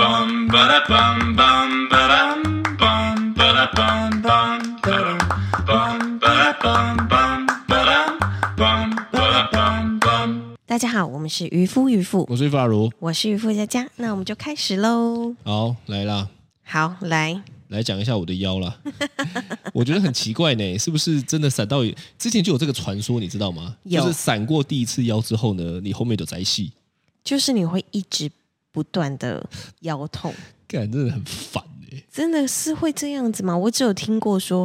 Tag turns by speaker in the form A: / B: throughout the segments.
A: bum ba da bum bum ba dum bum ba da bum bum ba dum bum ba da bum bum ba dum bum ba da bum bum.
B: 大家好，我们是渔夫渔妇，
C: 我是发如，
B: 我是渔夫佳佳，那我们就开始喽。
C: 好来啦，
B: 好，来，
C: 来讲一下我的腰啦。 我觉得很奇怪呢，是不是真的闪到？之前就有这个传说，你知道吗？
B: 有
C: 就是闪过第一次腰之后呢，你后面就宅戏，
B: 就是你会一直不断的腰痛，
C: 干真的很烦哎。
B: 真的是会这样子吗？我只有听过说，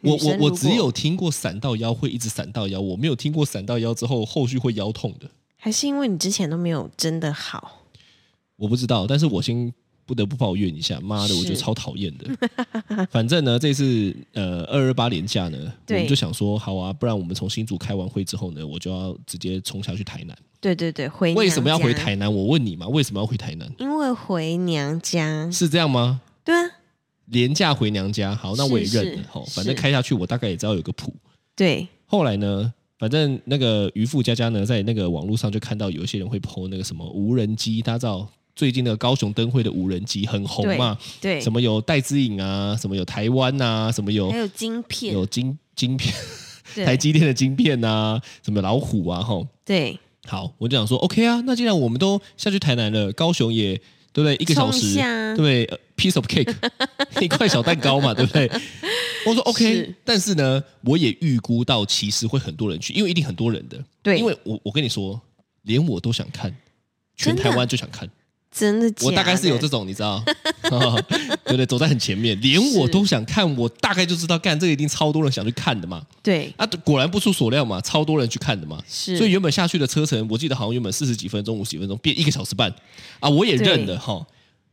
C: 我
B: 女生
C: 我
B: 如
C: 我
B: 果
C: 只有听过闪到腰会一直闪到腰，我没有听过闪到腰之后后续会腰痛的。
B: 还是因为你之前都没有真的好，
C: 我不知道，但是我先不得不抱怨一下，妈的，
B: 是
C: 我觉得超讨厌的。反正呢，这次呃二二八连假呢，我
B: 对
C: 们就想说，好啊，不然我们从新竹开完会之后呢，我就要直接冲下去台南。
B: 对对对，回
C: 为什么要
B: 娘
C: 回
B: 家？
C: 台南？我问你嘛，为什么要回台南？
B: 因为回娘家，
C: 是这样吗？
B: 对啊，
C: 廉价回娘家，好，那
B: 是
C: 我也认
B: 是
C: 了。吼，
B: 是
C: 反正开下去，我大概也知道有个谱。
B: 对，
C: 后来呢，反正那个渔夫佳佳呢，在那个网络上就看到有一些人会 PO 那个什么无人机，大家知道最近那个高雄灯会的无人机很红嘛，
B: 对
C: 什么有戴资颖啊，什么有台湾啊，什么有
B: 还有晶片，
C: 有晶晶片，
B: 对
C: 台积电的晶片啊，什么老虎啊，吼。
B: 对，
C: 好，我就想说 OK 啊，那既然我们都下去台南了，高雄也对不对？一个小
B: 冲
C: 时，
B: 一下
C: 对不对呃？Piece of cake，一块小蛋糕嘛，对不对？我说 OK，
B: 是
C: 但是呢，我也预估到其实会很多人去，因为一定很多人的。
B: 对
C: 因为我我跟你说，连我都想看，全
B: 真的
C: 台湾就想看。
B: 真的假的？
C: 我大概是有这种，你知道， 对不对？走在很前面，连我
B: 是
C: 都想看，我大概就知道，干这个一定超多人想去看的嘛。
B: 对，
C: 啊，果然不出所料嘛，超多人去看的嘛。
B: 是，
C: 所以原本下去的车程，我记得好像原本四十几分钟、五十几分钟，变一个小时半啊，我也认了哈。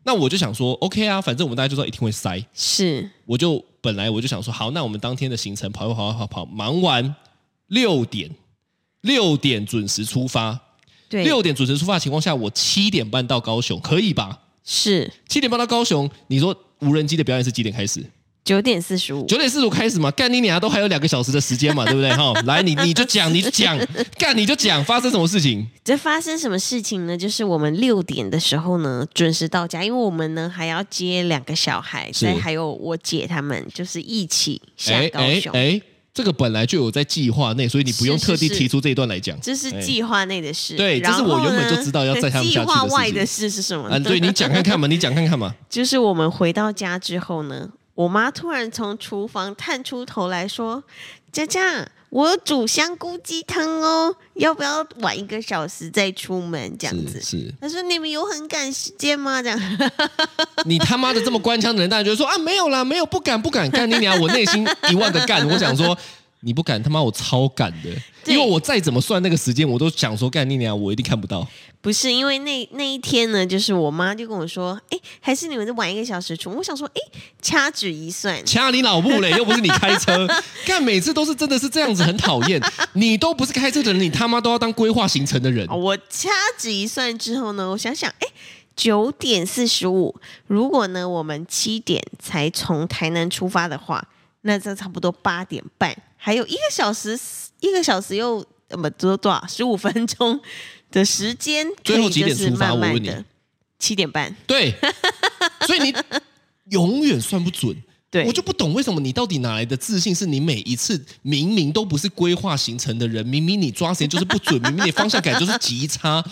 C: 那我就想说，OK 啊，反正我们大家就知道一定会塞，
B: 是
C: 我就本来我就想说，好，那我们当天的行程跑一跑跑一跑，忙完六点，六点准时出发，
B: 对，
C: 六点准时出发的情况下，我七点半到高雄，可以吧？
B: 是
C: 七点半到高雄，你说无人机的表演是几点开始？
B: 九点四十五，
C: 九点四十五开始嘛，干你娘都还有两个小时的 时间嘛，对不对？哈，来你你就讲你就讲，干你就讲发生什么事情？
B: 这发生什么事情呢？就是我们六点的时候呢，准时到家，因为我们呢还要接两个小孩，
C: 是
B: 再还有我姐他们，就是一起下
C: 哎
B: 高
C: 哎
B: 雄。
C: 哎，这个本来就有在计划内，所以你不用
B: 是是
C: 特地
B: 是
C: 提出这一段来讲。
B: 这是计划内的事，
C: 哎对
B: 然后呢
C: 这是我原本就知道要载他们下
B: 计
C: 去的事情
B: 划外的事是什么
C: 啊，
B: 呢？
C: 对你讲看看嘛，你讲看看嘛。
B: 就是我们回到家之后呢，我妈突然从厨房探出头来说：“佳佳，我有煮香菇鸡汤哦，要不要晚一个小时再出门？”这样
C: 是
B: 子，
C: 是，
B: 她说：“你们有很赶时间吗？”这样，
C: 你他妈的这么官腔的人，大家就会说啊，没有啦，没有，不敢不敢，干你娘！我内心一万个干，我想说。你不敢，他妈我超敢的，
B: 对
C: 因为我再怎么算那个时间，我都想说干你娘，我一定看不到。
B: 不是因为那那一天呢，就是我妈就跟我说，哎，还是你们再晚一个小时出。我想说，哎，掐指一算，
C: 掐你老母嘞，又不是你开车，干每次都是真的是这样子，很讨厌。你都不是开车的人，你他妈都要当规划行程的人
B: 哦。我掐指一算之后呢，我想想，哎，九点四十五，如果呢我们七点才从台南出发的话，那这差不多八点半，还有一个小时，一个小时又呃不多多少十五分钟的时间，
C: 最后几点
B: 可以就是
C: 出发
B: 慢慢
C: 我问
B: 的
C: 你
B: 七点半，
C: 对，所以你永远算不准。
B: 对，
C: 我就不懂为什么你到底哪来的自信？是你每一次明明都不是规划行程的人，明明你抓时间就是不准，明明你方向感就是极 差，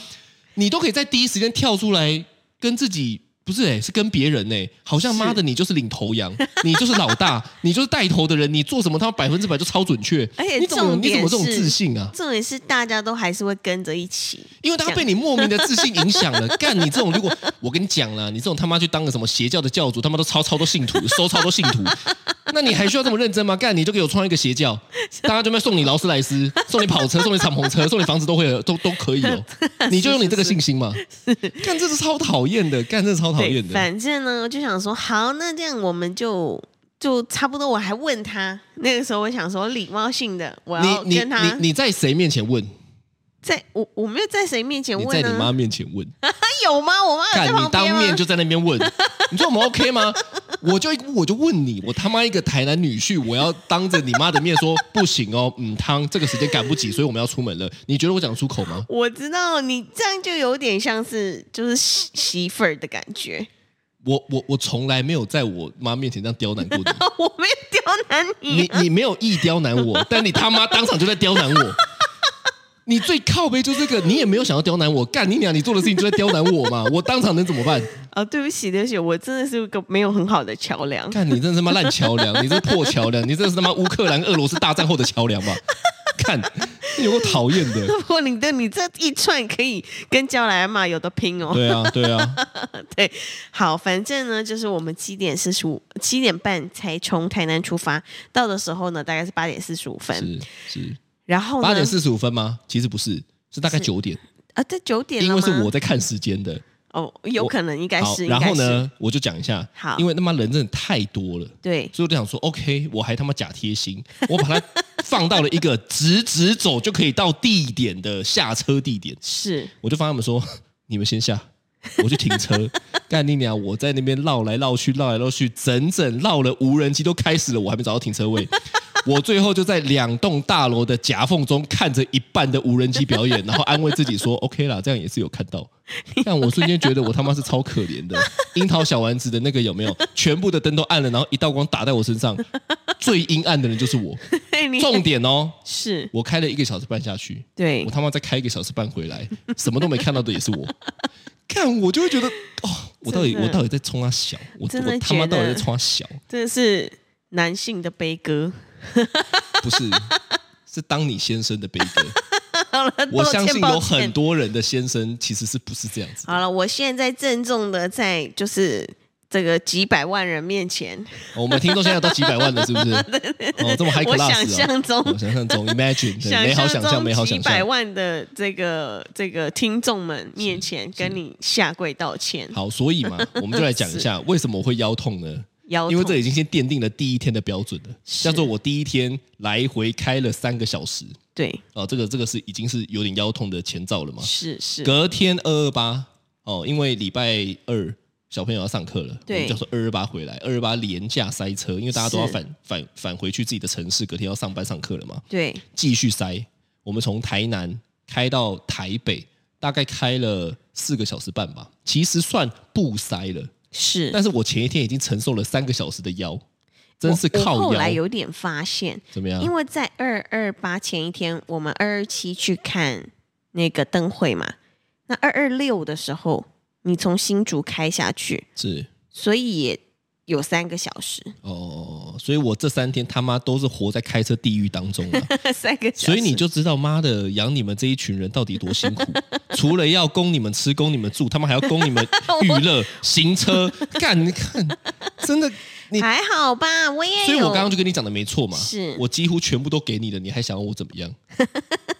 C: 你都可以在第一时间跳出来跟自己。不是哎、是跟别人哎、好像妈的你就是领头羊，你就是老大，你就是带头的人，你做什么他们百分之百就超准确。
B: 而且
C: 你怎么
B: 重
C: 你怎
B: 点
C: 么这种
B: 是
C: 自信啊？
B: 重点是大家都还是会跟着一起，
C: 因为他被你莫名的自信影响 了。干你这种，如果我跟你讲啦，你这种他妈去当个什么邪教的教主，他妈都超超多信 徒，收超多信徒，那你还需要这么认真吗？干你就给我创一个邪教，大家就要送你劳斯莱 斯，送你跑车，送你敞篷车，送你房子都会有都都可以哦。你就用你这个信心嘛。干这是超讨厌的，干这是超讨
B: 对，
C: 厌的。
B: 反正呢，我就想说，好，那这样我们就就差不多。我还问他，那个时候我想说，礼貌性的，我要
C: 你你
B: 跟他
C: 你你在谁面前问？
B: 在我我没有在谁面前
C: 你
B: 问
C: 在你
B: 呢、
C: 妈面前问。
B: 他有吗？我妈有
C: 干
B: 在
C: 你
B: 旁边
C: 当
B: 吗？
C: 面就在那边问，你说我们 OK 吗？我就我就问你，我他妈一个台南女婿，我要当着你妈的面说不行哦，嗯，汤这个时间赶不及，所以我们要出门了。你觉得我讲得出口吗？
B: 我知道你这样就有点像是就是媳媳妇儿的感觉，
C: 我我我从来没有在我妈面前这样刁难过你，
B: 我没有刁难 你，
C: 你你没有意刁难我，但你他妈当场就在刁难我。你最靠背就是这个，你也没有想要刁难我，干你娘！你做的事情就在刁难我嘛，我当场能怎么办？
B: 哦，对不起，对不起，我真的是个没有很好的桥梁。
C: 干你真是他妈烂桥梁，你这破桥梁，你这是他妈乌克兰俄罗斯大战后的桥梁吧？看，你有够讨厌的。
B: 不过你的你这一串可以跟娇兰嘛有的拼哦。
C: 对啊，对啊，
B: 对，好，反正呢，就是我们七点四十五、七点半才从台南出发，到的时候呢，大概是八点四十五分。
C: 是是。
B: 然后呢？
C: 八点四十五分吗？其实不是，是大概九点，
B: 啊，在九点了
C: 因为是
B: 吗
C: 我在看时间的。
B: 哦，有
C: 我
B: 可能应该
C: 好，
B: 是。应
C: 然
B: 该
C: 后
B: 是？
C: 呢，我就讲一下，
B: 好
C: 因为他妈人真的太多了，
B: 对，
C: 所以我就想说，OK，我还他妈假贴心，我把它放到了一个直直走就可以到地点的下车地点，
B: 是
C: 我就发他们说，你们先下。我去停车，干你娘！我在那边绕来绕去，绕来绕去，整整绕了无人机都开始了，我还没找到停车位。我最后就在两栋大楼的夹缝中看着一半的无人机表演，然后安慰自己说：“OK 啦，这样也是有看到。”但我瞬间觉得我他妈是超可怜的。樱桃小丸子的那个有没有？全部的灯都暗了，然后一道光打在我身上，最阴暗的人就是我。
B: 嘿哎你
C: 重点哦，
B: 是
C: 我开了一个小时半下去，
B: 对
C: 我，他妈再开一个小时半回来， 什么都没看到的也是我。看我就会觉得哦，我到底
B: 真的
C: 我到底在冲他小，我
B: 真的
C: 我他妈
B: 觉得
C: 到底在冲他小？
B: 真的是男性的悲歌。
C: 不是，是当你先生的悲歌。
B: 好了，
C: 我
B: 抱
C: 相
B: 歉
C: 信
B: 抱
C: 有很
B: 歉
C: 多人的先生其实是不是这样子的
B: 好了，我现在郑重的在就是这个几百万人面前，
C: 哦我们听众现在有到几百万了，是不 是？哦，这么 high
B: 我想
C: class 啊！
B: 象中
C: 我想象中，imagine 对美好想象，美好
B: 几
C: 想
B: 百
C: 象。
B: 万的这个这个听众们面前跟你下跪道歉，
C: 好，所以 嘛，我们就来讲一下为什么我会腰痛呢？
B: 腰
C: 因为
B: 痛
C: 这已经先奠定了第一天的标准了，
B: 是
C: 叫做我第一天来回开了三个小时，
B: 对
C: 哦，这个这个是已经是有点腰痛的前兆了嘛。
B: 是是
C: 隔天二二八哦，因为礼拜二小朋友要上课了，
B: 对
C: 我们叫做二二八回来，二二八廉价塞车，因为大家都要
B: 是
C: 返返返回去自己的城市，隔天要上班上课了嘛，
B: 对
C: 继续塞。我们从台南开到台北，大概开了四个小时半吧，其实算不塞了。
B: 是。
C: 但是我前一天已经承受了三个小时的腰，真是
B: 我我
C: 靠啊
B: 后来
C: 腰。
B: 有点发现，
C: 怎么样？
B: 因为在二二八前一天，我们二二七去看那个灯会嘛，那二二六的时候，你从新竹开下去，
C: 是
B: 所以也有三个小时，
C: 哦，所以我这三天他妈都是活在开车地狱 当中啊。
B: 三个小时。
C: 所以你就知道，妈的，养你们这一群人到底多辛 苦。除了要供你们吃、供你们住，他们还要供你们娱 乐、行车。干，你看，真的，你。
B: 还好吧，我也有。
C: 所以我刚刚就跟你讲的没错嘛，
B: 是
C: 我几乎全部都给你了，你还想要我怎么样？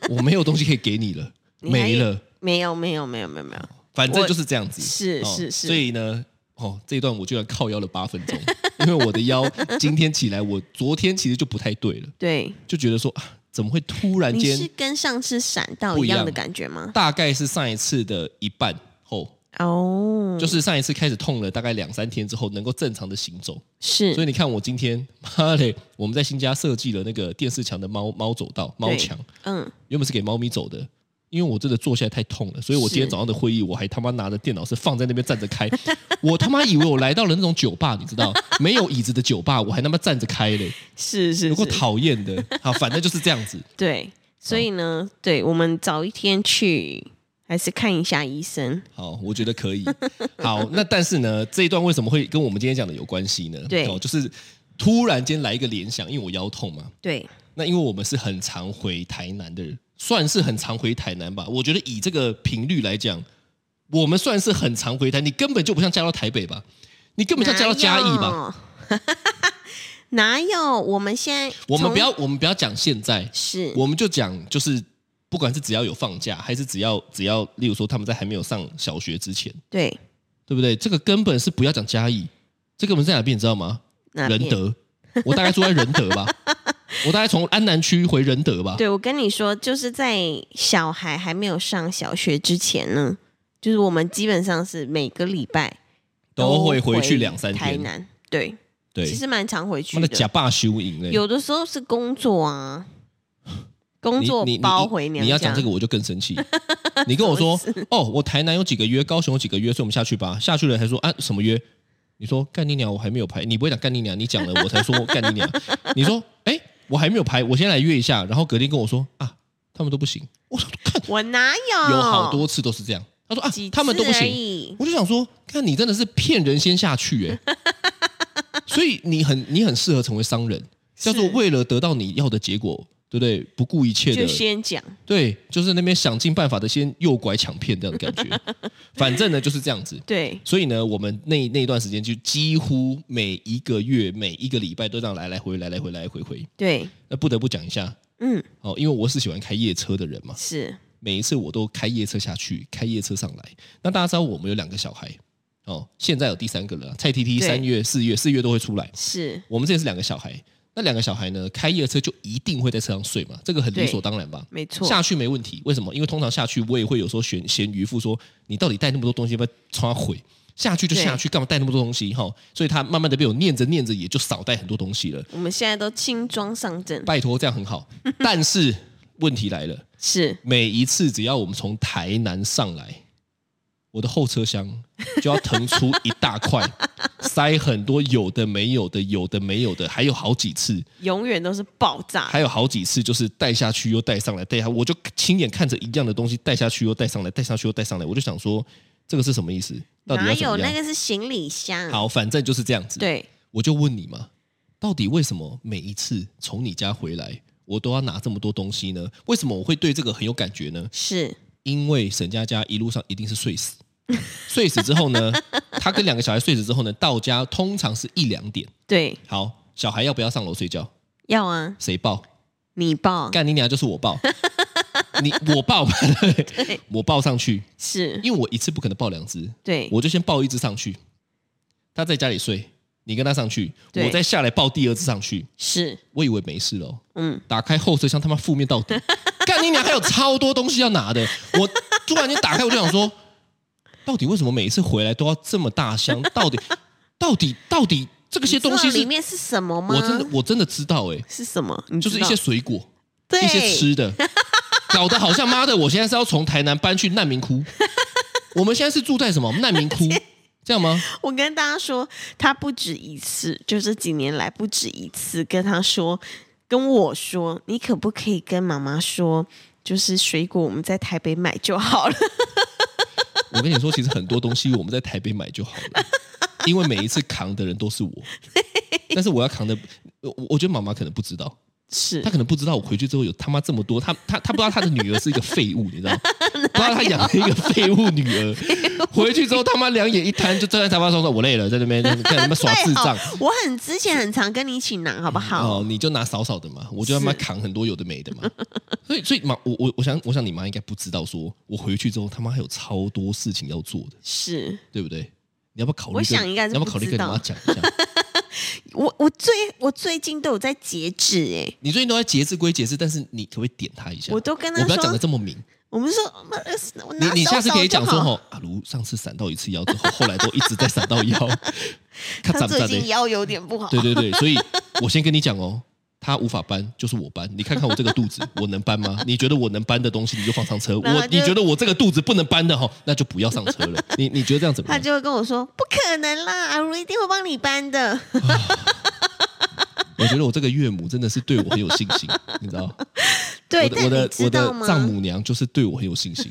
C: 我没有东西可以给你了，
B: 你还
C: 没了，
B: 没有没有没有没有没有，
C: 反正就是这样子。
B: 是是是
C: 哦所以呢。哦，这一段我居然靠腰了八分钟，因为我的腰今天起来，我昨天其实就不太对了，
B: 对，
C: 就觉得说啊，怎么会突然
B: 你
C: 间
B: 是跟上次闪到
C: 不
B: 一
C: 一
B: 样
C: 样
B: 的感觉吗？
C: 大概是上一次的一半后，
B: 哦，
C: 就是上一次开始痛了大概两三天之后，能够正常的行走。所
B: 是
C: 以你看，我今天妈嘞，我们在新家设计了那个电视墙的猫猫走道、猫
B: 对
C: 墙，
B: 嗯，
C: 原本是给猫咪走的。因为我真的坐下来太痛了，所以我今天
B: 是
C: 早上的会议，我还他妈拿着电脑是放在那边站着开， 我他妈以为我来到了那种酒吧，你知道，没有椅子的酒吧，我还他妈站着开嘞，
B: 是 是
C: 有够
B: 是，
C: 讨嗯厌的。好，反正就是这样子。
B: 对，所以呢，对我们早一天去还是看一下医生，
C: 好，我觉得可以。 好，那但是呢，这一段为什么会跟我们今天讲的有关系呢？
B: 对
C: 哦，就是突然间来一个联想，因为我腰痛嘛。
B: 对
C: 那因为我们是很常回台南的人，算是很常回台南吧。我觉得以这个频率来讲，我们算是很常回台。你根本就不像嫁到台北吧？你根本像嫁到嘉义吧？
B: 吧？哪有？ 我们现在
C: 我们
B: 从
C: 不要，我们不要讲现在，
B: 是
C: 我们就讲就是，不管是只要有放假，还是只要只要，例如说他们在还没有上小学之前，
B: 对
C: 对不对？这个根本是不要讲嘉义，这根本在哪边你知道吗？
B: 哪
C: 仁
B: 边。
C: 德，我大概住在仁德 吧，我大概从安南区回仁德吧。
B: 对，我跟你说，就是在小孩还没有上小学之前呢，就是我们基本上是每个礼拜
C: 都会回去两三
B: 台
C: 天
B: 南，对，
C: 对，
B: 其实蛮常回去
C: 妈的假
B: 的。
C: 霸修营嘞，
B: 有的时候是工作啊，工
C: 你
B: 作
C: 你你
B: 包回娘家。
C: 你要讲这个我就更生气。 你跟我说哦，我台南有几个约，高雄有几个约，所以我们下去吧。下去了还说啊什么约？你说干你娘，我还没有排，你不会讲干你娘，你讲了我才说干你娘。你说，哎，我还没有排，我先来约一下，然后隔天跟我说啊，他们都不行。我说看，
B: 我哪有
C: 有好多次都是这样。他说啊
B: 哦几，
C: 他们都不
B: 次而
C: 行。
B: 已
C: 我就想说，看你真的是骗人先下去 哎、所以你很你很适合成为商人，叫做
B: 是
C: 为了得到你要的结果，对不对？不顾一切
B: 就
C: 的，
B: 先讲，
C: 对，就是那边想尽办法的先诱拐抢骗这样的感 觉。反正呢就是这样子。
B: 对，
C: 所以呢，我们那那一段时间就几乎每一个月、每一个礼拜都这样来来回来来回来来回回。
B: 对，
C: 那不得不讲一下
B: 嗯，
C: 哦，因为我是喜欢开夜车的人嘛，
B: 是
C: 每一次我都开夜车下去，开夜车上来。那大家知道我们有两个小孩哦，现在有第三个了，啊蔡 T T
B: 对
C: 三月、四月、四月都会出来。
B: 是，
C: 我们这也是两个小孩，那两个小孩呢，开夜车就一定会在车上睡嘛，这个很理
B: 对
C: 所当然吧？
B: 没错，
C: 下去没问题，为什么？因为通常下去我也会有时候 闲闲鱼妇说，你到底带那么多东西，要不要穿毁？下去就下去，干嘛带那么多东西？哈，所以他慢慢的被我念着念着，也就少带很多东西了。
B: 我们现在都轻装上阵，
C: 拜托，这样 很好。但是问题来了，
B: 是
C: 每一次只要我们从台南上来，我的后车厢就要腾出一大 块，塞很多有的没有的，有的没有的，还有好几次。
B: 永远都是爆炸，
C: 还有好几次就是带下去又带上来，带下我就亲眼看着一样的东西带下去又带上来，带下去又带上来，我就想说这个是什么意思？到底
B: 哪
C: 要怎
B: 有
C: 么
B: 那
C: 样？
B: 个是行李箱？
C: 好，反正就是这样子。，
B: 对，
C: 我就问你嘛，到底为什么每一次从你家回来，我都要拿这么多东西呢？为什么我会对这个很有感觉呢？
B: 是
C: 因为沈佳佳一路上一定是睡死， 睡死之后呢，她跟两个小孩睡死之后呢，到家通常是一两点。
B: 对，
C: 好，小孩要不要上楼睡觉？
B: 要啊，
C: 谁抱？
B: 你爆
C: 干你娘就是我抱， 你我抱吧， 对我抱上去，
B: 是，
C: 因为我一次不可能抱两只，
B: 对，
C: 我就先抱一只上去，他在家里睡，你跟他上去，
B: 对
C: 我再下来抱第二只上去，
B: 是，
C: 我以为没事了哦，
B: 嗯，
C: 打开后车厢他妈负面到底， 干你娘还有超多东西要拿的，我突然间打开我就想说，到底为什么每一次回来都要这么大箱？到底到底到底这个些东西
B: 知道里
C: 是？
B: 面是什么吗？
C: 我真的我真的知道哎、
B: 是什么？你
C: 就是
B: 知
C: 一
B: 道
C: 些水果。
B: 对
C: 一些吃的，搞得好像妈的，我现在是要从台南搬去难 民窟。我们现在是住在什么难民窟？这样吗？
B: 我跟大家说，他不止一次，就这几年来不止一次跟他说，跟我说，你可不可以跟妈妈说，就是水果我们在台北买就好了。
C: 我跟你说，其实很多东西我们在台北买就好了，因为每一次扛的人都是我。但是我要扛的，我我觉得妈妈可能不知道，
B: 是
C: 她可能不知道我回去之后有他妈这么多，她她她不知道她的女儿是一个废物，你知 道吗？不知道她养了一个废物女儿，回去之后他妈两眼一摊就站在沙发上说：“我累了，在那边在那边耍智障。”
B: 对哦我很之前很常跟你一起拿，好不好？
C: 哦，你就拿少少的嘛，我就他妈
B: 是
C: 扛很多有的没的嘛。所以，所以妈，我我我想，我想你妈应该不知道说，我回去之后他妈还有超多事情要做的，
B: 是
C: 对不对？你要不要考虑跟？
B: 我想应该是
C: 你要不要考虑跟你
B: 不
C: 妈讲一下？
B: 我我最我最近都有在节制哎、
C: 你最近都在节制归节制，但是你可不可以点她一下？
B: 我都跟
C: 我
B: 她
C: 不要
B: 说，
C: 讲的这么明。
B: 我们说，妈呃我
C: 你
B: 拿
C: 你下次
B: 手
C: 可
B: 手
C: 以
B: 就
C: 讲说，
B: 好
C: 吼，阿卢上次闪到一次腰之后，后来都一直在闪到 腰，
B: 他
C: 他赞不
B: 最
C: 赞的
B: 近？腰有点不好，
C: 对对对，所以我先跟你讲哦，他无法搬，就是我搬。你看看我这个肚子，我能 搬吗？你觉得我能搬的东西，你就放上车；
B: 然后
C: 我
B: 就
C: 你觉得我这个肚子不能搬的哈，那就不要上车了。你你觉得这样怎么
B: 他
C: 样？
B: 就会跟我说，不可能啦，阿如一定会帮你搬的。
C: 我觉得我这个岳母真的是对我很有信心，你知道？
B: 对，
C: 我的我
B: 但你
C: 的
B: 知
C: 我
B: 道
C: 的
B: 吗？
C: 丈母娘就是对我很有 信心，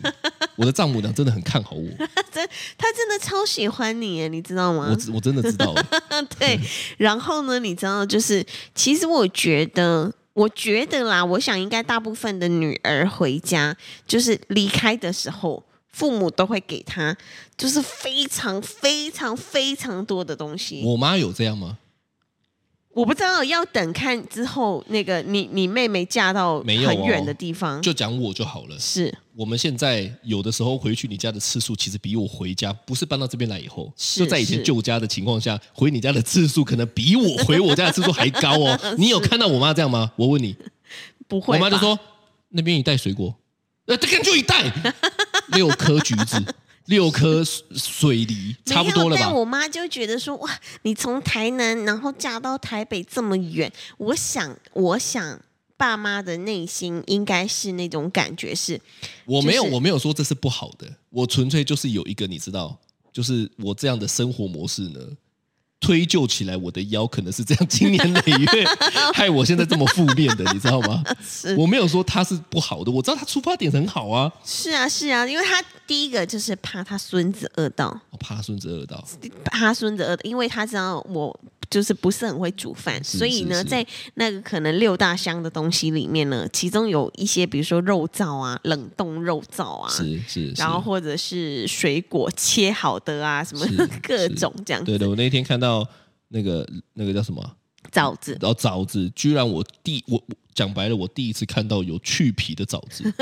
C: 我的丈母娘真的很看好我，
B: 真他真的超喜欢你耶，你知道吗
C: 我？只我真的知道了。
B: 对，然后呢，你知道，就是其实我觉得，我觉得啦，我想应该大部分的女儿回家，就是离开的时候，父母都会给她，就是非常非常非常多的东西。
C: 我妈有这样吗？
B: 我不知道要等看之后，那个你你妹妹嫁到
C: 没有
B: 很远
C: 哦
B: 的地方，
C: 就讲我就好了。
B: 是
C: 我们现在有的时候回去你家的次数，其实比我回家不是搬到这边来以后，
B: 是
C: 就在以前旧家的情况下，回你家的次数可能比我回我家的次数还高 哦。你有看到我妈这样吗？我问你，
B: 不会
C: 我
B: 吧？
C: 妈就说那边一袋水果，呃，这个就一袋，六颗橘子，六颗水梨，
B: 没
C: 差不多
B: 有
C: 了
B: 但
C: 吧？
B: 我妈就觉得说，哇，你从台南然后嫁到台北这么远，我想，我想爸妈的内心应该是那种感觉是，
C: 我没有，
B: 就是
C: 我没有说这是不好的，我纯粹就是有一个你知道，就是我这样的生活模式呢，推究起来，我的腰可能是这样经年累月害我现在这么负面的，你知道吗？我没有说他是不好的，我知道他出发点很好啊，
B: 是啊，是啊，因为他第一个就是怕他孙子饿到，
C: 我怕孙子饿到，
B: 怕他孙子饿到，因为他知道我就是不是很会煮饭，
C: 是
B: 所以呢，
C: 是是
B: 在那个可能六大箱的东西里面呢，其中有一些，比如说肉燥啊、冷冻肉燥啊，
C: 是是，是
B: 然后或者是水果切好的啊，什么
C: 是
B: 各
C: 是
B: 种这样
C: 对
B: 子
C: 的，我那天看到那个那个叫什么啊，
B: 枣子，
C: 然后枣子，居然我第我我讲白了，我第一次看到有去皮的枣 子。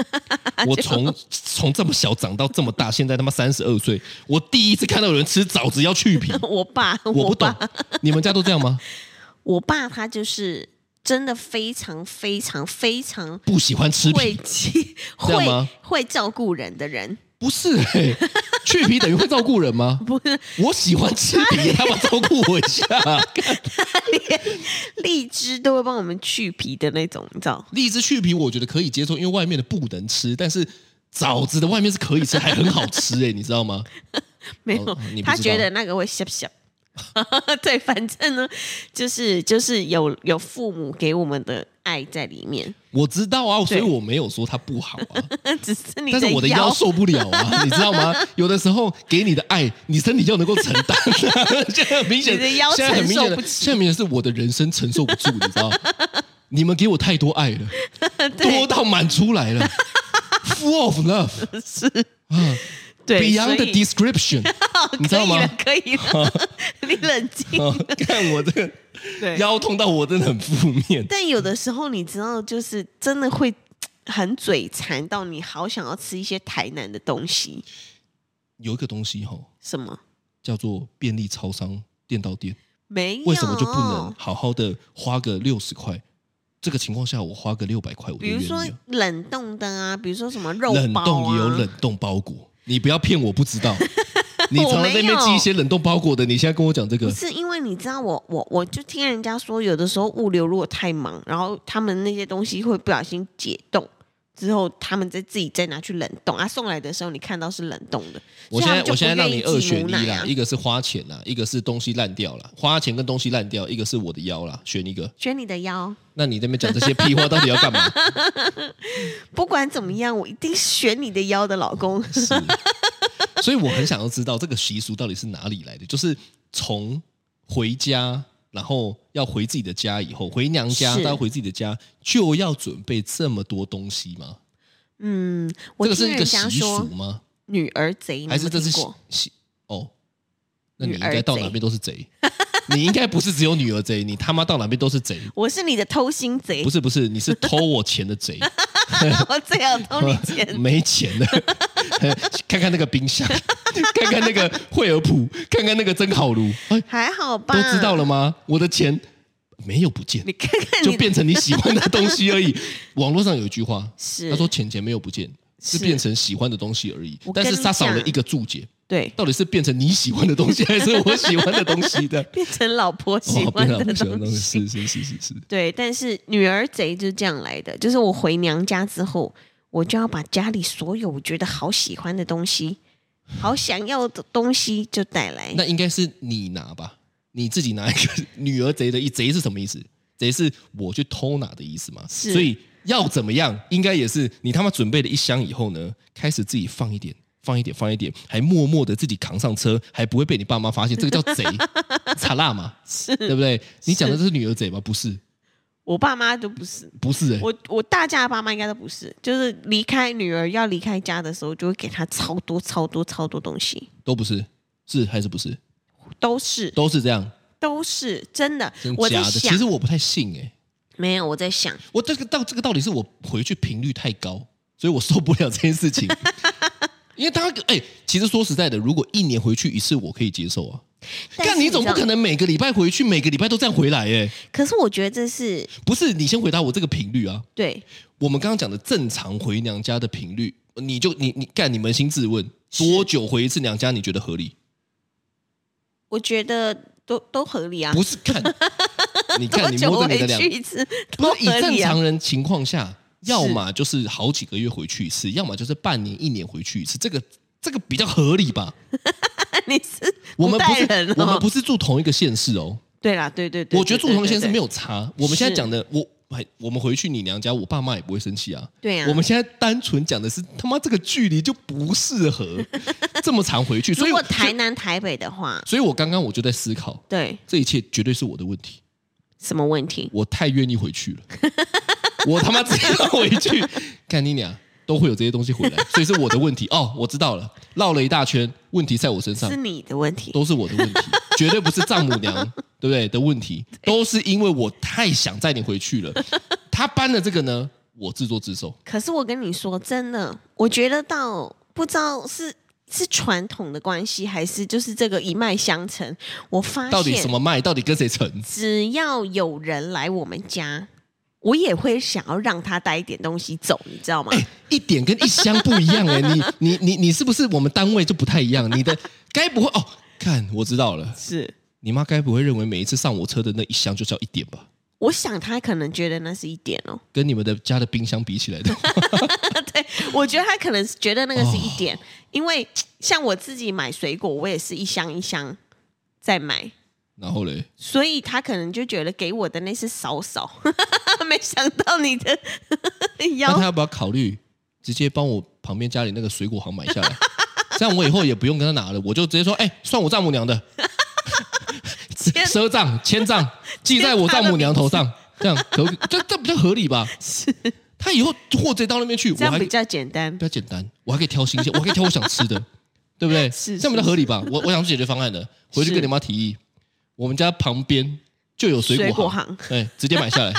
C: 我从从这么小长到这么大，现在他妈三十二岁，我第一次看到有人吃枣子要去皮，
B: 我爸，
C: 我不懂
B: 爸，，
C: 你们家都这样吗？
B: 我爸他就是真的非常非常非常
C: 不喜欢吃
B: 会
C: 皮，
B: 记
C: 这样吗
B: 会会照顾人的人，
C: 不是、欸？去皮等于会照顾人吗？
B: 不是
C: 我喜欢吃皮，他妈照顾我一下。
B: 荔枝都会帮我们去皮的那种，你知道？
C: 荔枝去皮我觉得可以接受，因为外面的不能吃，但是枣子的外面是可以吃，还很好吃哎、欸你知道吗？
B: 没有，
C: 哦你不
B: 他
C: 知
B: 觉
C: 道
B: 得那个会笑笑。 对，反正呢，就是就是有有父母给我们的爱在里面，
C: 我知道啊，所以
B: 对
C: 我没有说它不好啊。
B: 只是你
C: 但是我的腰受不了 啊，你知道吗？有的时候给你的爱，你身体就能够承 担、现在很明显，
B: 你的腰
C: 现在很明显
B: 承受
C: 的，
B: 不起
C: 现在明显是我的人生承受不住，你知道 吗？你们给我太多爱了，多
B: 对
C: 到满出来 了，full of love
B: 对所
C: beyond the
B: 以哦
C: description，你知道吗？
B: 可以了， 可以了，你冷静。
C: 啊看我这个
B: 对
C: 腰痛到我真的很负面，
B: 但有的时候你知道，就是真的会很嘴馋到你好想要吃一些台南的东西，
C: 有一个东西哈、
B: 什么
C: 叫做便利超商店到店。
B: 没有？
C: 为什么就不能？好好的花个六十块？这个情况下，我花个六百块，我就
B: 比
C: 愿
B: 如
C: 意
B: 说
C: 了。
B: 冷冻的啊，比如说什么肉
C: 啊冷
B: 包啊，
C: 冻也有冷冻包裹，你不要骗我不 知道。你常
B: 我
C: 常在那
B: 没
C: 边
B: 有
C: 寄一些冷冻包裹的，你现在跟我讲这
B: 不
C: 个，
B: 是因为你知道我我我就听人家说，有的时候物流如果太忙，然后他们那些东西会不小心解冻。之后，他们再自己再拿去冷冻啊，送来的时候你看到是冷冻的。
C: 我
B: 所以他们
C: 现在
B: 就
C: 我现在
B: 不
C: 让
B: 愿
C: 你
B: 意挤
C: 二选
B: 牛
C: 一
B: 奶
C: 啦
B: 啊，
C: 一个是花钱啦，一个是东西烂掉啦，花钱跟东西烂掉，一个是我的腰啦，选一个。
B: 选你的腰。
C: 那你在那边讲这些屁话，到底要干嘛？
B: 不管怎么样，我一定选你的腰的老 公。
C: 是，所以我很想要知道这个习俗到底是哪里来的，就是从回家，然后要回自己的家以后，回娘家，
B: 是
C: 到回自己的家就要准备这么多东西吗？
B: 嗯，我
C: 这个
B: 听
C: 是一
B: 人
C: 个
B: 家
C: 习俗
B: 说
C: 吗？
B: 女儿贼，你有
C: 还是
B: 没有
C: 这是
B: 听
C: 习
B: 过？
C: 习哦？那你
B: 女
C: 应
B: 儿
C: 该到
B: 贼
C: 哪边都是贼， 你应该不是只有女儿贼，你他妈到哪边都是贼。
B: 我是你的偷心贼
C: 不，是不是，你是偷我钱的贼，
B: 我这样偷你 钱。
C: 没钱了，看看那个冰箱， 看看那个惠而浦，看看那个蒸烤炉，哎，
B: 还好吧，
C: 都知道。了吗？我的钱没有不见
B: 你，看看
C: 就
B: 你，
C: 变成你喜欢的东西 而已。网络上有一句话，
B: 是
C: 他说钱钱没有不见，是
B: 是
C: 变成喜欢的东西而已
B: 我。跟
C: 但
B: 你
C: 是他少了
B: 讲
C: 一个注解，
B: 对，？
C: 到底是变成你喜欢的东西，还是我喜欢的东西的
B: 变成老婆 喜
C: 哦
B: 欢
C: 变
B: 的
C: 成我喜欢
B: 东
C: 的东西，
B: 西。
C: 是是是是是，
B: 对，但是女儿贼就是这样来的，就是我回娘家之后，我就要把家里所有我觉得好喜欢的东西、好想要的东西就带来。
C: 那应该是你拿吧，你自己拿一个 女儿贼的一贼是什么意思？贼是我去偷拿的意思嘛？
B: 是
C: 所以要怎么样？应该也是你他妈准备了一箱以后呢，开始自己放一点。放一点，放一点，还默默的自己扛上车，还不会被你爸妈发现，这个叫贼，查辣嘛，
B: 是
C: 对不对？你讲的这是女儿贼吗？不是，
B: 我爸妈都不是，
C: 不是、欸，
B: 我我大家的爸妈应该都不是，就是离开女儿要离开家的时候，就会给她超多超多超多东西，
C: 都不是，是还是不是？
B: 都是
C: 都是这样，
B: 都是真的。
C: 真
B: 我
C: 假
B: 在
C: 的？
B: 想
C: 其实，我不太信、欸，哎，
B: 没有我在想，
C: 我这个到这个到底是我回去频率太高，所以我受不了这件 事情。因为他哎、其实说实在的，如果一年回去一次，我可以接受啊。
B: 但是
C: 但你总
B: 知
C: 不
B: 道
C: 可。能每个礼拜回去，每个礼拜都这样回来 哎、
B: 可是我觉得这是
C: 不是，你先回答我这个频率啊。
B: 对，
C: 我们刚刚讲的正常回娘家的频率，你就你你干，你扪心自问，多久回一次娘家？你觉得合理？
B: 我觉得都都合理啊。
C: 不是 看，你
B: 多
C: 看你
B: 久
C: 摸
B: 回
C: 着你的两
B: 去一次
C: 不
B: 都
C: 是以
B: 合
C: 正
B: 理啊
C: 常。人情况下，要么就是好几个月回去一次，要么就是半年一年回去一次，这个这个比较合理吧？
B: 你是
C: 我们不
B: 带
C: 是
B: 人哦，
C: 我们不是住同一个县市哦。
B: 对啦，对对对，
C: 我觉得住
B: 对
C: 同一个县市
B: 对
C: 没。
B: 对对
C: 有差。我们现在讲的，我哎我们回去你娘家，我爸妈也不会生气啊。
B: 对啊
C: 我们现在单纯讲的是他妈这个距离就不适合这么长回 去，所以
B: 如果
C: 我
B: 台南、台北的话，
C: 所以我刚刚我就在思考，
B: 对
C: 这一切绝对是我的问题，
B: 什么问题？
C: 我太愿意回去了， 我他妈只要回去， 看你俩都会有这些东西回来，所以是我的问题 哦，我知道了，绕了一大圈，问题在我身上
B: 是，你的问题。
C: 都是我的 问题，绝对不是丈母娘对不对的问题，都是因为我太想载你回去 了，他搬的这个呢，我自作自受，
B: 可是我跟你说，真的，我觉得到不知道是是传统的关系，还是就是这个一脉相承。我发现
C: 到底什么脉，到底跟谁成？
B: 只要有人来我们家，我也会想要让他带一点东西走，你知道吗？
C: 哎、一点跟一箱不一样哎、你你你你是不是我们单位就不太一样？你的该不会哦？看我知道了，
B: 是，
C: 你妈该不会认为每一次上我车的那一箱就叫一点吧？
B: 我想他可能觉得那是一点哦，
C: 跟你们的家的冰箱比起来 的话，
B: 我觉得他可能是觉得那个是一
C: 哦
B: 点，因为像我自己买水果，我也是一箱一箱在买，
C: 然后嘞，
B: 所以他可能就觉得给我的那是少少， 没想到你的
C: 那他
B: 腰
C: 要不要考虑直接帮我旁边家里那个水果行买下来？这样我以后也不用跟他拿了，我就直接说，哎、算我丈母娘的，赊账、签账，记在我丈母娘头上，这样可不这这比较合理吧？是，他以后货直接到那边去，
B: 这
C: 我
B: 样
C: 还
B: 比较简单
C: 比。较简单，我还可以挑新鲜，我还可以挑我想 吃的，对不对？
B: 是
C: 这样比较合理吧？我我想出解决方案的，回去
B: 是
C: 跟你妈提议，我们家旁边就有水
B: 水
C: 果
B: 果
C: 行
B: 行，啊
C: 哎，直接买下 来，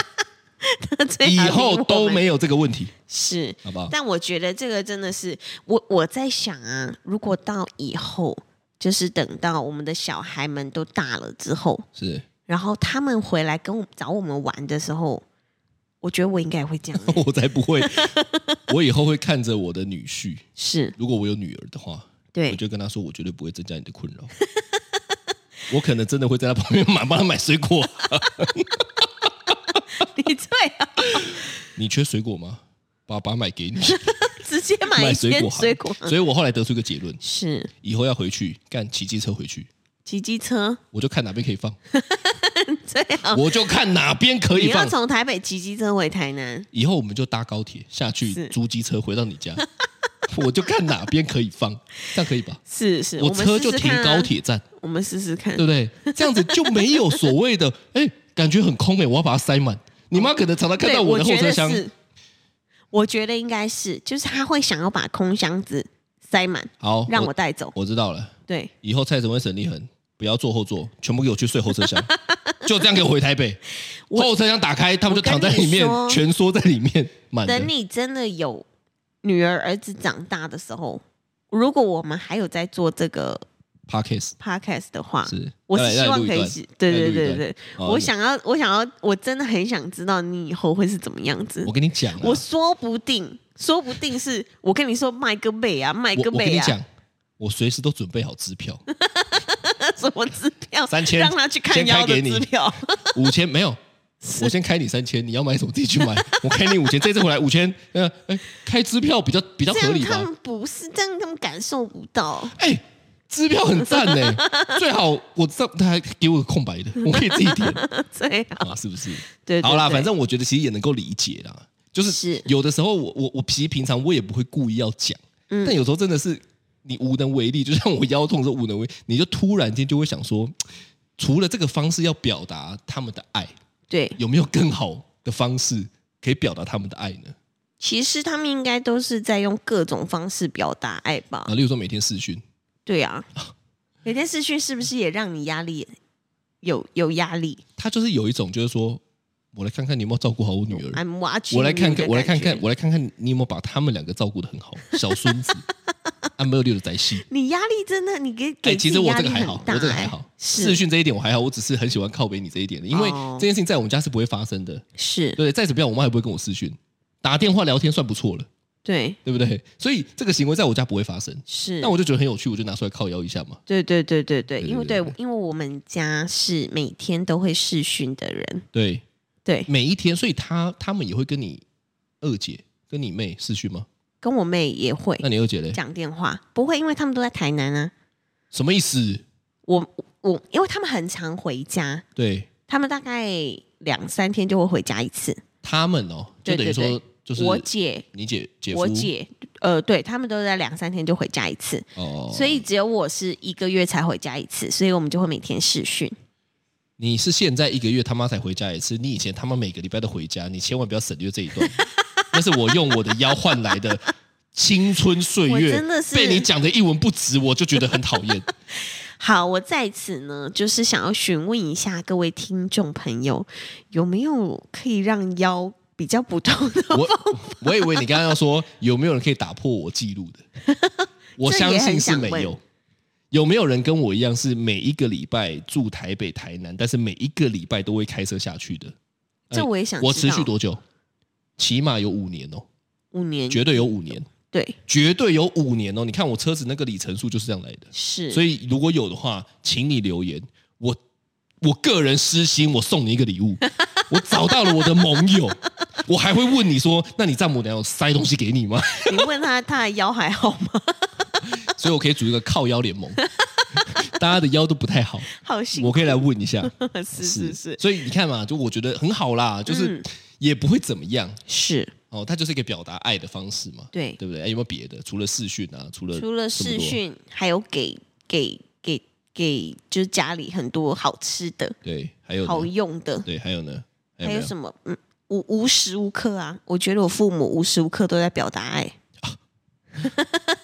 B: 最
C: 以
B: 好
C: 后
B: 离我
C: 都
B: 们
C: 没有这个问题，
B: 是，
C: 好不好？
B: 但我觉得这个真的是我我在想啊，如果到以后，就是等到我们的小孩们都大了之后，
C: 是，
B: 然后他们回来跟我找我们玩的时候，我觉得我应该也会这样 欸。
C: 我才不会，我以后会看着我的女婿，
B: 是
C: 如果我有女儿的话，我
B: 对，
C: 就跟他说，我绝对不会增加你的困扰。 我可能真的会在他旁边买，帮他买水果。
B: 你最好
C: 你缺水果吗？爸爸买给你，
B: 直接 买
C: 买
B: 一
C: 水
B: 些
C: 果行
B: 水果。
C: 所以我后来得出一个结论：
B: 是
C: 以后要回去干骑机车回去，
B: 骑机车，
C: 我就看哪边可以放，
B: 最好
C: 我就看哪边可
B: 哦你
C: 以
B: 要
C: 放。
B: 从台北骑机车回台南。
C: 以后我们就搭高铁下去，
B: 是
C: 租机车回到你家， 我就看哪边可以放，这样可以吧？
B: 是是，
C: 我
B: 我们
C: 车
B: 试
C: 就
B: 试
C: 停
B: 看啊
C: 高，铁站，
B: 我们试试看
C: 对。不对？这样子就没有所谓的， 哎，感觉很空哎、我要把它塞满。你妈可能常常看
B: 对
C: 到
B: 我
C: 的后
B: 觉
C: 车
B: 得
C: 厢，
B: 是，我觉得应该是，就是他会想要把空箱子塞满，
C: 好，
B: 让我
C: 哦我
B: 带走。
C: 我知道了。
B: 对，
C: 以后蔡成威、沈立恒不要坐后座，全部给我去睡后车厢， 就这样给我回台北。
B: 我
C: 后车厢打开，他们就躺在里面
B: 我跟，你说
C: 蜷缩在里面，满的
B: 等。你真的有女儿儿子长大的时候，如果我们还有在做这个
C: Parkes
B: podcast 的话，
C: 是，
B: 我
C: 来
B: 是希望可以，是对对
C: 来录一
B: 对
C: 段
B: 对，
C: 哦
B: 我想要，我想要，我真的很想知道你以后会是怎么样子
C: 我。跟你讲 啊，
B: 我
C: 我
B: 说不定，说不定是我跟你说麦哥贝啊，麦
C: 我
B: 哥
C: 跟
B: 贝
C: 你
B: 啊，
C: 讲，我随时都准备好支票，
B: 什么支票，
C: 三千
B: 让他去看
C: 先开
B: 腰的
C: 给你
B: 支票。
C: 五千没有。我先开你三千，你要买什么自己去买。 我开你五千，这次回来五千，呃，哎，开支票比较比较
B: 这
C: 合
B: 样
C: 理
B: 他
C: 吧？
B: 们不是这样，他们感受不到。
C: 哎，支票很赞呢，最好我这他还给我个空白的，我可以自己填
B: 对啊，
C: 啊，是不是？
B: 对，对
C: 好啦，
B: 对
C: 反正我觉得其实也能够理解啦，就是
B: 是
C: 有的时候我我我其实平常我也不会故意要讲，
B: 嗯
C: 但有时候真的是你无能为力，就像我腰痛的时候无能为，你就突然间就会想说，除了这个方式要表达他们的爱，
B: 对，
C: 有没有更好的方式可以表达他们的爱呢？
B: 其实他们应该都是在用各种方式表达爱吧
C: 啊，？例如说每天视讯，
B: 对啊，有件事情是不是也让你压力有有压力
C: 他就是有一种就是说，我来看看你有没有照顾好我女儿，
B: ？I'm watching，
C: 我来看
B: you 嗯的
C: 看，我来看
B: 感觉
C: 看，我来看看你有没有把他们两个照顾的很好，小孙 子安没有六的宅系。
B: 你压力真的，你给
C: 哎、
B: 给
C: 其
B: 自
C: 实
B: 己
C: 我
B: 压
C: 这个
B: 力
C: 还
B: 很
C: 好，
B: 大
C: 我这个还
B: 哎
C: 好。视
B: 是
C: 讯这一点我还好，我只是很喜欢靠北你这一点的，因为
B: 哦
C: 这件事情在我们家是不会发生的。
B: 是，
C: 对，再怎么样，我妈也不会跟我视讯，打电话聊天算不错了，
B: 对
C: 对不对？所以这个行为在我家不会发生。
B: 嗯是。
C: 那我就觉得很有趣，我就拿出来靠腰一下嘛。
B: 对对对对对，因为
C: 对
B: 对
C: 对，
B: 因为我们家是每天都会试训的人，
C: 对，
B: 对，
C: 每一天，所以他他们也会跟你二姐跟你妹视讯吗？
B: 跟我妹也会
C: 嗯那你二姐嘞？
B: 讲电话，不会，因为他们都在台南啊。
C: 什么意思？
B: 我我因为他们很常回家，
C: 对
B: 他们大概两三天就会回家一次。
C: 他们哦，就
B: 对
C: 等
B: 对
C: 于说
B: 对
C: 就是
B: 我姐，
C: 你姐姐夫
B: 我姐，呃，对他们都在两三天就回家一次，
C: 哦，
B: 所以只有我是一个月才回家一次，所以我们就会每天视讯。
C: 你是现在一个月他妈才回家一次，你以前他妈每个礼拜都回家，你千万不要省略这一段， 那是我用我的腰换来的青春岁
B: 我
C: 月，
B: 真的是
C: 被你讲的一文不值，我就觉得很讨 厌。
B: 好，我在此呢，就是想要询问一下各位听众朋友，有没有可以让腰比较不痛的？
C: 我我以为你刚刚要说有没有人可以打破我记录的， 我
B: 这也
C: 相信
B: 很
C: 是
B: 想
C: 没有
B: 问。
C: 有没有人跟我一样是每一个礼拜住台北、台南，但是每一个礼拜都会开车下去的？
B: 这我也想知道。
C: 哎我持续多久？起码有五年哦，
B: 五年，
C: 绝对有五年，
B: 对
C: 绝对有五年哦！你看我车子那个里程数就是这样来的，
B: 是，
C: 所
B: 以
C: 以如果有的话，请你留言。我我个人私心，我送你一个礼 物，我找到了我的盟友，我还会问你说，那你丈母娘有塞东西给你吗？
B: 你问他他的腰还好吗？
C: 所以我可以组一个靠腰联盟，大家的腰都不太好，
B: 好辛
C: 我
B: 苦，
C: 可以来问一下。
B: 是是是
C: 所以你看嘛，就我觉得很好啦，就是
B: 嗯
C: 也不会怎么样
B: 是，
C: 哦，它就是一个表达爱的方式嘛，
B: 对。
C: 对不对？哎有没有别的？除了视讯啊，除了
B: 除了
C: 这么
B: 视
C: 多，
B: 讯，还有给给给给，就是家里很多好吃的、
C: 对，还有呢
B: 好用的，
C: 对，还有呢？还
B: 还
C: 有没
B: 有
C: 有
B: 什么？嗯，无无时无刻啊，我觉得我父母无时无刻都在表达爱。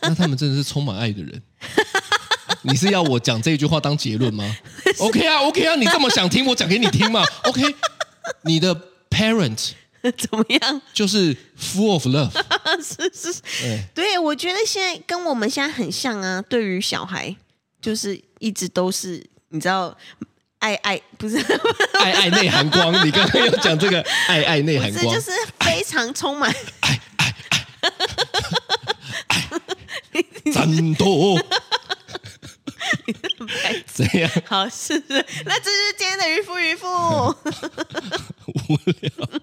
C: 那他们真的是充满爱的人。 你是要我讲这一句话当结论吗？OK 啊，OK 啊，你这么想听，我讲给你听嘛。OK，你的 parent
B: 怎么样？
C: 就是 full of love，
B: 是是，
C: 对
B: 对我觉得现在跟我们现在很像啊。对于小孩，就是一直都是你知道，爱爱不是不
C: 爱爱内含光。你刚刚要讲这个爱爱内含
B: 是，
C: 光
B: 就，是非常充 满。
C: 战斗
B: 白
C: 怎样
B: 好，是是，那这就是今天的渔夫渔 夫。
C: 无聊？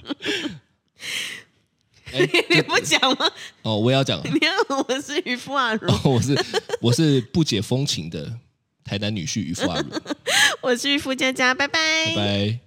C: 哎
B: 你不讲吗？
C: 哦，我也要讲，
B: 你看我是渔夫啊，如
C: 哦我是我是不解风情的台南女婿渔夫阿鲁，
B: 我是渔夫佳佳，拜
C: 拜拜。